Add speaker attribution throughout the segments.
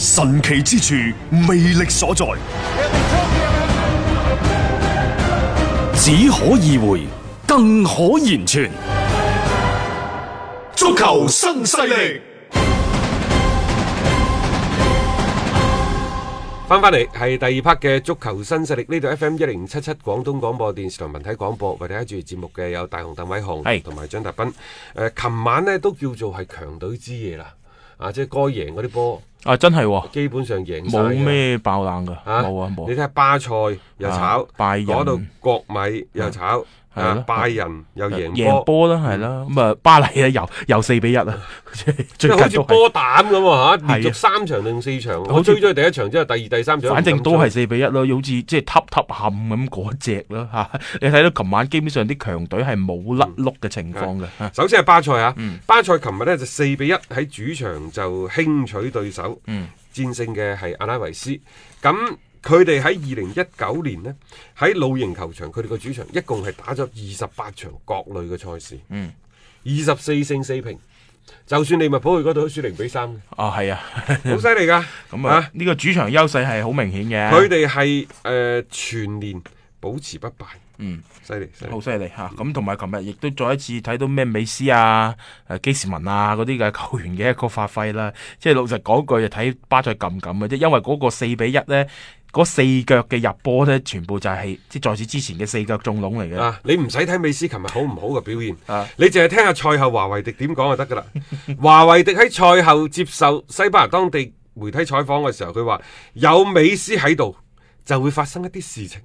Speaker 1: 神奇之處，魅力所在，
Speaker 2: 只可意會，更可言傳。
Speaker 3: 足球新勢力，
Speaker 4: 翻翻嚟係第二 part 嘅足球新勢力，呢度 FM 一零七七廣東廣播電視台文體廣播，為大家主持節目嘅有大雄鄧偉雄，
Speaker 2: 係
Speaker 4: 同埋張達斌。誒、琴晚呢都叫做係強隊之夜啦，啊，即係該贏嗰啲波
Speaker 5: 啊，真係喎，
Speaker 4: 基本上贏晒嘅
Speaker 5: 冇咩爆冷噶，
Speaker 4: 啊
Speaker 5: 冇啊冇
Speaker 4: 你睇
Speaker 5: 啊，
Speaker 4: 下巴塞又炒
Speaker 5: 啊，拜仁
Speaker 4: 嗰度國米又炒，
Speaker 5: 係咯
Speaker 4: 啊
Speaker 5: 啊
Speaker 4: 拜仁又
Speaker 5: 贏
Speaker 4: 贏波。
Speaker 5: 波啦，係啦，咁啊巴黎啊又又四比一啊，
Speaker 4: 即
Speaker 5: 最
Speaker 4: 係好
Speaker 5: 近
Speaker 4: 似
Speaker 5: 都係，
Speaker 4: 波膽咁啊！嚇，
Speaker 5: 係啊
Speaker 4: 連續三場定四場，我
Speaker 5: 好似
Speaker 4: 追咗佢第一場之後，第二、第三場唔敢追，
Speaker 5: 反正都係四比一咯，好似即係揼揼冚咁嗰只啦吓，你睇到琴晚基本上啲強隊係冇甩碌嘅情況嘅，啊嗯
Speaker 4: 首先係巴塞啊，巴塞琴日呢就四比一喺主場就輕取對手，
Speaker 5: 嗯
Speaker 4: 戰勝嘅係阿拉維斯。咁佢哋喺二零一九年呢，喺露營球場，佢哋個主場一共係打咗二十八場各類嘅賽事，
Speaker 5: 嗯
Speaker 4: 二十四勝四平。就算利物浦去嗰度都輸零比三嘅，
Speaker 5: 啊係啊，
Speaker 4: 好犀利噶。
Speaker 5: 咁啊呢個主場優勢係好明顯嘅，
Speaker 4: 佢哋係誒全年保持不敗，
Speaker 5: 嗯
Speaker 4: 犀利犀利
Speaker 5: 好。犀利嚇，咁同埋琴日亦都再一次睇到咩美斯啊、誒基士文啊嗰啲嘅 球員嘅一個發揮啦，即係老實講句，就睇巴塞撳撳嘅啫，因為嗰個四比一呢，嗰四腳嘅入波呢，全部就係、即係在此之前嘅四腳中籠嚟嘅。
Speaker 4: 啊！你唔使睇美斯琴日好唔好嘅表現，
Speaker 5: 啊
Speaker 4: 你淨係聽下賽後華為迪點講就 得噶啦。華為迪喺賽後接受西班牙當地媒體採訪嘅時候，佢話有美斯喺度就會發生一啲事情，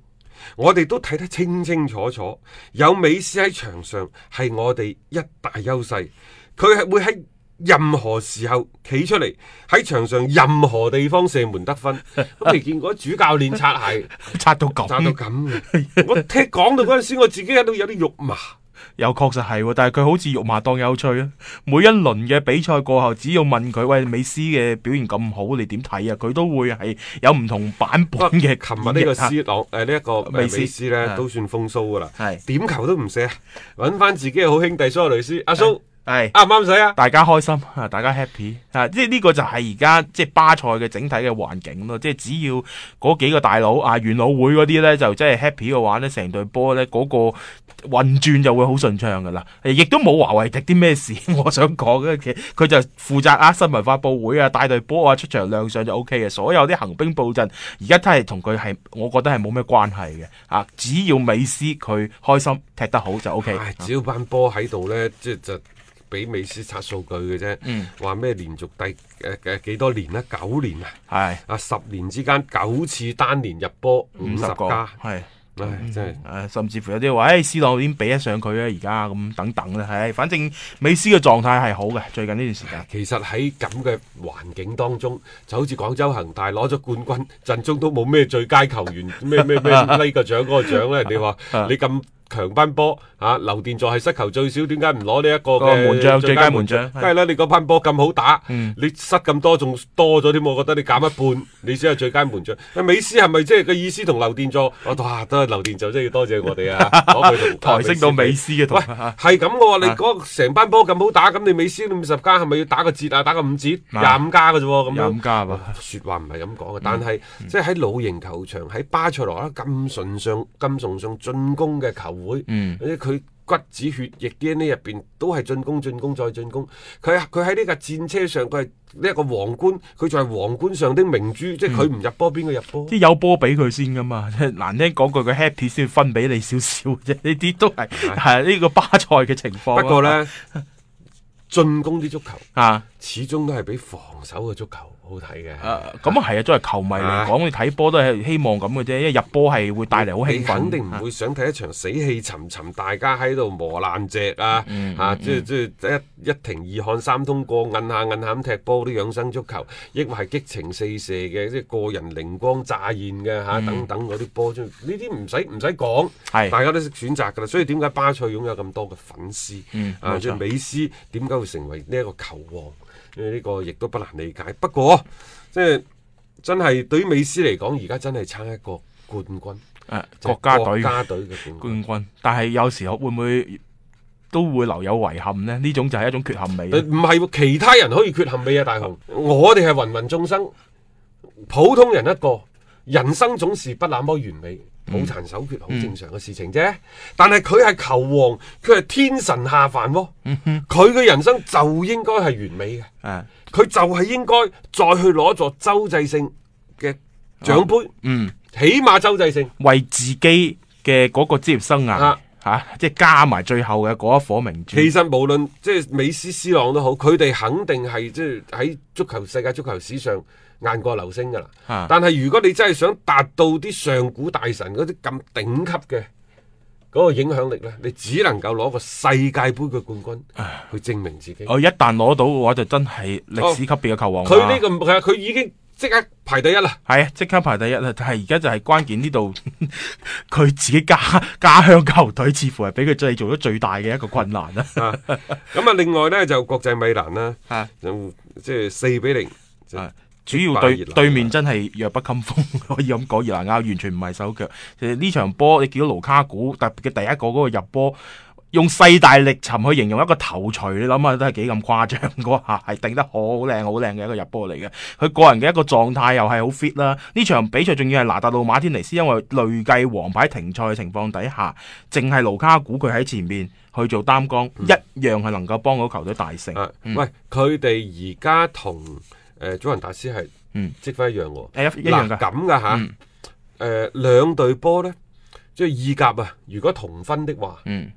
Speaker 4: 我哋都睇得清清楚楚。有美斯喺場上係我哋一大優勢，佢係會喺。任何時候企出嚟喺場上任何地方射門 得分，咁你見過主教練擦鞋
Speaker 5: 刷到咁，
Speaker 4: 炸到咁 嘅。我聽講到嗰陣時，我自己喺度有啲肉麻。
Speaker 5: 又確實係喎，但係佢好似肉麻當有趣啊！每一輪嘅比賽過後，只要問佢喂美斯嘅表現咁好，你點睇啊？佢都會係有唔同版本嘅演繹
Speaker 4: 琴
Speaker 5: 啊。
Speaker 4: 日呢個斯朗誒呢一個誒美
Speaker 5: 美斯
Speaker 4: 斯咧
Speaker 5: 係
Speaker 4: 都算風騷噶啦，
Speaker 5: 係
Speaker 4: 點球都唔射，揾翻自己嘅好兄弟蘇亞雷斯， 阿蘇
Speaker 5: 係。
Speaker 4: 啱唔啱使啊？
Speaker 5: 大家開心 啊，大家 happy 啊，即係呢個就係而家即係巴塞嘅整體嘅環境咯。即係只要嗰幾個大佬啊，元老會嗰啲呢，就真係 happy 嘅話呢，成隊波呢嗰個運轉就會好順暢噶啦。亦都冇華為迪啲咩事， 我想講嘅佢佢就負責啊新聞發佈會啊，帶隊波啊出場亮相就 O K 嘅。所有啲行兵布陣，而家真係同佢係，我覺得係冇咩關係嘅啊。只要美斯佢開心踢得好就 O K。
Speaker 4: 唉，只要班波喺度咧，即係就。俾美斯刷數據嘅
Speaker 5: 嗯
Speaker 4: 啫，話咩、連續第誒誒、幾多年啦？九年啊，
Speaker 5: 係
Speaker 4: 啊十年之間九次單年入波五
Speaker 5: 五十
Speaker 4: 十
Speaker 5: 個
Speaker 4: 加，
Speaker 5: 係。
Speaker 4: 唉真係。
Speaker 5: 誒、啊甚至乎有啲話，誒、斯朗已經比得上佢啊，而家咁等等啦，係，反正美斯嘅狀態係好嘅，最近呢段時間。
Speaker 4: 其實喺咁嘅環境當中，就好似廣州恒大攞咗冠軍，陣中都冇咩最佳球 員，咩咩咩呢個獎嗰個獎咧。人哋話你咁強班波嚇，劉殿座係失球最少，點解唔攞呢一個
Speaker 5: 個門
Speaker 4: 嘅
Speaker 5: 將最佳門
Speaker 4: 將？
Speaker 5: 將嗯
Speaker 4: 梗係啦，你嗰班波咁好打，你失咁多仲多咗添，我覺得你減一半，你先係最佳門將。阿美斯係咪即係個意思同劉殿座？我哇，都係劉殿座真係要多謝我 哋啊！攞佢同
Speaker 5: 抬升到美斯嘅同 啊
Speaker 4: 喂，係咁嘅喎，你嗰成班波咁好打，咁你美斯五十加係咪要打個折啊？打個五折，
Speaker 5: 啊
Speaker 4: 廿五加嘅啫喎，咁
Speaker 5: 廿
Speaker 4: 樣
Speaker 5: 五。加吧，嗯
Speaker 4: 説話唔係咁講嘅，但係即係喺老型球場，喺巴塞羅那咁崇尚、咁崇尚進攻嘅球會，
Speaker 5: 嗯
Speaker 4: 或者佢骨子血液 DNA 入邊都係進攻、進攻再進攻。佢佢喺呢架戰車上，佢係呢一個皇冠，佢就係皇冠上的明珠，即係
Speaker 5: 嗯
Speaker 4: 佢唔入波，邊個入波？
Speaker 5: 即係有波俾佢先噶嘛， 即係難聽講句，佢 happy 先分俾你少少啫， 呢啲都係係呢個巴塞嘅情況。
Speaker 4: 不過，呢，進攻啲足球
Speaker 5: 啊，
Speaker 4: 始終都係比防守嘅足球。好睇嘅。
Speaker 5: 啊咁啊係啊，作為球迷嚟講，你睇波都係希望咁嘅啫，因為入波係會帶嚟好
Speaker 4: 你
Speaker 5: 興奮。啊
Speaker 4: 肯定唔會想睇一場死氣沉沉，大家喺度磨爛隻啊！
Speaker 5: 嗯
Speaker 4: 啊，即係即係一一停二看三通過，摁下摁下咁踢波啲養生足球，抑或係激情四射嘅，即係個人靈光乍現嘅嚇，等等嗰啲波，即係呢啲唔使唔使講，
Speaker 5: 嗯係
Speaker 4: 大家都識選擇㗎啦。所以點解巴塞擁有咁多嘅粉絲
Speaker 5: 嗯
Speaker 4: 啊？
Speaker 5: 冇
Speaker 4: 即係
Speaker 5: 錯
Speaker 4: 美斯點解會成為呢一個球王？因為呢個亦都不難理解。不過即係真係對於美斯嚟講，而家真係差一個冠軍。
Speaker 5: 誒啊國家
Speaker 4: 國
Speaker 5: 隊
Speaker 4: 家隊嘅冠軍。
Speaker 5: 冠軍，但係有時候會唔會都會留有遺憾呢？呢種就係一種缺陷美。
Speaker 4: 誒唔係喎，其他人可以缺陷美啊，大雄。我哋係芸芸眾生，普通人一個，人生總是不那麼完美，
Speaker 5: 嗯
Speaker 4: 抱殘守缺好正常嘅事情啫。但係佢係球王，佢係天神下凡喎。
Speaker 5: 嗯
Speaker 4: 佢嘅人生就應該係完美嘅，
Speaker 5: 誒
Speaker 4: 佢就係應該再去攞座洲際性嘅獎杯，
Speaker 5: 嗯，
Speaker 4: 起碼洲際性。
Speaker 5: 為自己嘅嗰個職業生涯嚇
Speaker 4: 啊、
Speaker 5: 即係加埋最後嘅嗰一顆明珠。
Speaker 4: 其實無論即係美斯、斯朗都好，佢哋肯定係即係喺足球世界足球史上硬過流星㗎啦。
Speaker 5: 啊
Speaker 4: 但係如果你真係想達到啲上古大神嗰啲咁頂級嘅嗰個影響力呢，你只能夠攞個世界盃嘅冠軍去證明自己。
Speaker 5: 我一旦攞到嘅話，就真係歷史級別嘅球王啦。
Speaker 4: 哦佢呢、個係啊佢已經即刻排第一啦。
Speaker 5: 係啊，即刻排第一啦！但係而家就係關鍵呢度， 佢自己家家鄉球隊似乎係俾佢製造咗最大嘅一個困難啦。
Speaker 4: 啊咁啊，另外呢，就國際米蘭啦，
Speaker 5: 啊
Speaker 4: 就即係四比零。就
Speaker 5: 啊主要
Speaker 4: 拜
Speaker 5: 對
Speaker 4: 熱拿亞
Speaker 5: 對面真係弱不禁風，可以咁講。熱拿亞完全唔係手腳。其實呢場波你見到盧卡古特別嘅第一個嗰個入波，用勢大力沉去形容一個頭槌，你諗下都係幾咁誇張嗰下，係頂得好靚好靚嘅一個入波嚟嘅。佢個人嘅一個狀態又係好 fit 啦。呢場比賽仲要係拿達路馬天尼斯因為累計黃牌停賽嘅情況底下，淨係盧卡古佢喺前面去做擔綱，一樣係能夠幫到球隊大勝。
Speaker 4: 啊，喂，佢哋而家同誒祖雲達斯係
Speaker 5: 嗯
Speaker 4: 積分一樣喎。
Speaker 5: 誒一一樣
Speaker 4: 嗱
Speaker 5: 㗎，
Speaker 4: 咁噶吓，誒、
Speaker 5: 嗯
Speaker 4: 兩隊波呢，即係意甲啊，如果同分的話，
Speaker 5: 嗯。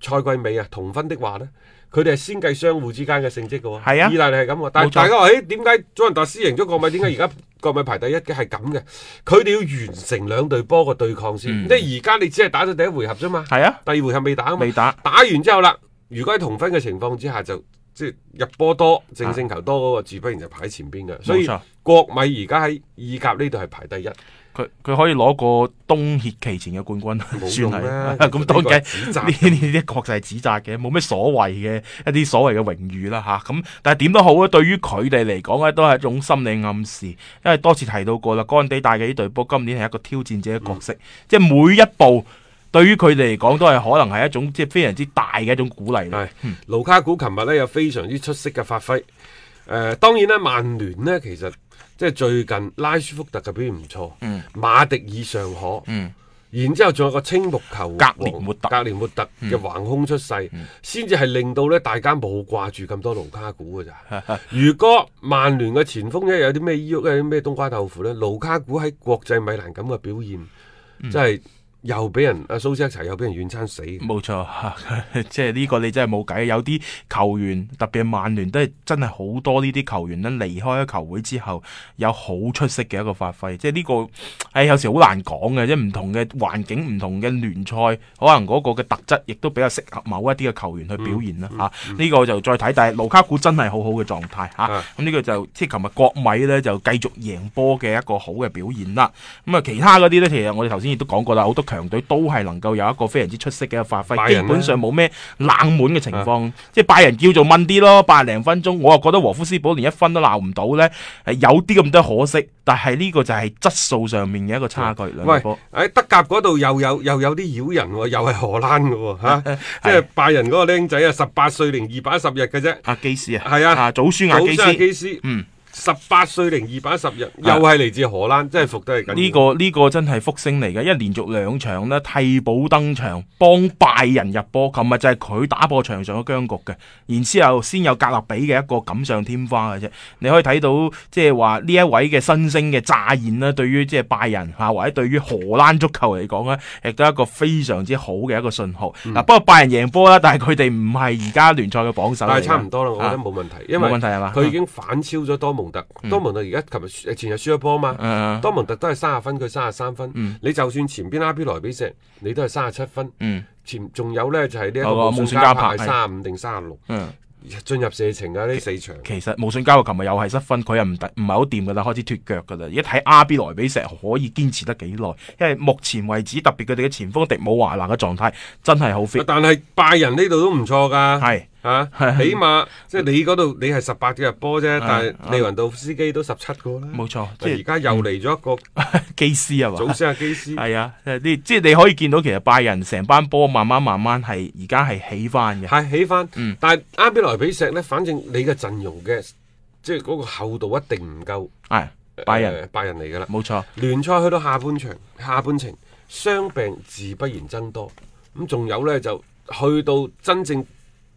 Speaker 4: 賽季尾啊同分的話呢，佢哋係先計相互之間嘅成績嘅喎。
Speaker 5: 係啊
Speaker 4: 意大利係咁喎，但
Speaker 5: 冇
Speaker 4: 係
Speaker 5: 錯
Speaker 4: 大家話誒點解祖雲達斯贏咗國米，點解而家國米排第一嘅係咁嘅？佢哋要完成兩隊波嘅對抗先，
Speaker 5: 嗯
Speaker 4: 即係而家你只係打咗第一回合啫嘛，
Speaker 5: 係啊，
Speaker 4: 第二回合未打啊嘛
Speaker 5: 未，打。
Speaker 4: 打完之後啦，如果喺同分嘅情況之下就。即係入波多、正勝球多嗰個，自不然就排喺前邊嘅。所以
Speaker 5: 冇錯
Speaker 4: 國米而家喺意甲呢度係排第一。
Speaker 5: 佢佢可以攞個東協期前嘅冠軍，
Speaker 4: 冇用
Speaker 5: 算
Speaker 4: 啦
Speaker 5: 係。
Speaker 4: 呢 個
Speaker 5: 咁當然
Speaker 4: 係指責
Speaker 5: 呢呢啲國際指責嘅，冇咩所謂嘅一啲所謂嘅榮譽啦吓。咁、但係點都好啊，對於佢哋嚟講咧，都係一種心理暗示，因為多次提到過啦，干地帶嘅呢隊波今年係一個挑戰者嘅角色，
Speaker 4: 嗯
Speaker 5: 即係每一步。對於佢哋嚟講，都係可能係一種即係非常之大嘅一種鼓勵啦。
Speaker 4: 係盧嗯卡古琴日呢有非常之出色嘅發揮。誒、當然啦，曼聯呢其實即係最近拉舒福特嘅表現唔錯，
Speaker 5: 嗯
Speaker 4: 馬迪爾尚可，然之後仲有個青木球王
Speaker 5: 格連活特嗯
Speaker 4: 格連活特嘅橫空出世，先至係令到呢大家冇掛住咁多盧卡古嘅 咋。如果曼聯嘅前鋒呢有啲咩伊喐，有啲咩冬瓜豆腐呢，盧卡古喺國際米蘭咁嘅表現，
Speaker 5: 嗯
Speaker 4: 真係又俾人阿蘇斯克齊又俾人怨餐死。
Speaker 5: 冇錯， 即係呢個你真係冇計。有啲球員，特別係曼聯，都係真係好多呢啲球員咧離開咗球會之後，有好出色嘅一個發揮。即係呢、個，誒、有時好難講嘅，即係唔同嘅環境、唔同嘅聯賽，可能嗰個嘅特質亦都比較適合某一啲嘅球員去表現啦嚇。呢、個就再睇，但係盧卡古真係好好嘅狀態嚇。咁呢
Speaker 4: 啊、
Speaker 5: 個就即係琴日國米呢，就繼續贏波嘅一個好嘅表現啦。咁啊，其他嗰啲呢，其實我哋頭先亦都講過啦，好多強隊都係能夠有一個非常之出色嘅發揮，
Speaker 4: 拜
Speaker 5: 基
Speaker 4: 仁呢啊
Speaker 5: 本上冇咩冷門嘅情況，即係拜仁叫做掹啲咯，八零分鐘，我又啊覺得和夫斯堡連一分都鬧唔到呢，係有啲咁多可惜，但係呢個就係質素上面嘅一個差距。兩
Speaker 4: 喂
Speaker 5: 隊波，
Speaker 4: 喺哎德甲嗰度又有又有啲妖人喎，又係荷蘭 嘅喎嚇即係拜仁嗰個僆仔啊，十八歲零二百一十日嘅啫，
Speaker 5: 阿基斯啊，
Speaker 4: 係啊
Speaker 5: 祖舒亞
Speaker 4: 祖
Speaker 5: 基
Speaker 4: 沙
Speaker 5: 斯。
Speaker 4: 基斯，
Speaker 5: 嗯，啊
Speaker 4: 十八歲零二百一十日，又係嚟自荷蘭，真係服得係緊要。
Speaker 5: 呢、個呢、個真係福星嚟嘅，因為連續兩場咧替補登場幫拜仁入波，琴日就係佢打破場上嘅僵局嘅，然之後先有格納比嘅一個錦上添花嘅啫。你可以睇到即係話呢一位嘅新星嘅乍現啦，對於即係拜仁嚇或者對於荷蘭足球嚟講啊咧，亦都係一個非常之好嘅一個信號。嗱、不過拜仁贏波啦，但係佢哋唔係而家聯賽嘅榜首嚟
Speaker 4: 但
Speaker 5: 嘅，
Speaker 4: 係差唔多啦，我覺得
Speaker 5: 啊
Speaker 4: 冇問題，因為
Speaker 5: 冇問題係嘛嗯
Speaker 4: 佢已經反超咗多蒙蒙特，多蒙特而家琴日輸前日輸咗波啊嘛。
Speaker 5: 誒
Speaker 4: 多蒙特都係三十分，佢三十三分。
Speaker 5: 嗯
Speaker 4: 你就算前邊阿比萊比錫，你都係三十七分。
Speaker 5: 嗯
Speaker 4: 前仲有呢，就係呢一個
Speaker 5: 有個
Speaker 4: 慕遜
Speaker 5: 慕遜加柏係
Speaker 4: 三十五定三十六，
Speaker 5: 嗯，
Speaker 4: 進入射程啊！呢四場
Speaker 5: 其實無信交個琴日又係失分，佢又唔得唔係好掂噶啦，開始脱腳噶啦。而家睇阿比萊比錫可以堅持得幾耐，因為目前為止特別佢哋嘅前鋒迪姆華拿嘅狀態真係好 fit，
Speaker 4: 但係拜仁呢度都唔錯㗎。
Speaker 5: 係
Speaker 4: 啊，起碼即係你嗰度你係十八嘅入波啫，但係
Speaker 5: 啊
Speaker 4: 利雲道夫斯基都十七個啦。
Speaker 5: 冇錯，即
Speaker 4: 而
Speaker 5: 係嗯
Speaker 4: 家又嚟咗一個
Speaker 5: 基斯係嘛？
Speaker 4: 祖斯亞基斯，
Speaker 5: 系啊，誒你即係你可以見到，其實拜仁成班波慢慢慢慢係而家係起翻嘅，
Speaker 4: 係起翻
Speaker 5: 嗯。
Speaker 4: 但係阿比萊比錫呢，反正你嘅陣容嘅即係嗰個厚度一定唔夠
Speaker 5: 係
Speaker 4: 呃
Speaker 5: 拜仁
Speaker 4: 拜仁嚟㗎啦。
Speaker 5: 冇錯，
Speaker 4: 聯賽去到下半場，下半程傷病自不然增多。咁仲有呢，就去到真正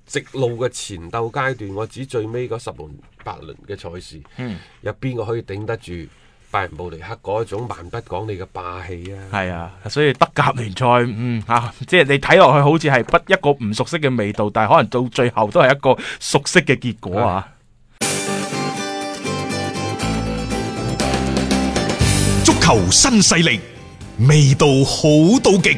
Speaker 4: 直路嘅前鬥階段，我指最尾嗰十輪八輪嘅賽事，
Speaker 5: 嗯
Speaker 4: 有邊個可以頂得住拜仁慕尼黑嗰一種蠻不講理嘅霸氣啊？
Speaker 5: 係啊，所以德甲聯賽嗯吓、啊即係你睇落去好似係不一個唔熟悉嘅味道，但係可能到最後都係一個熟悉嘅結果啊。
Speaker 3: 足球新勢力，味道好到極。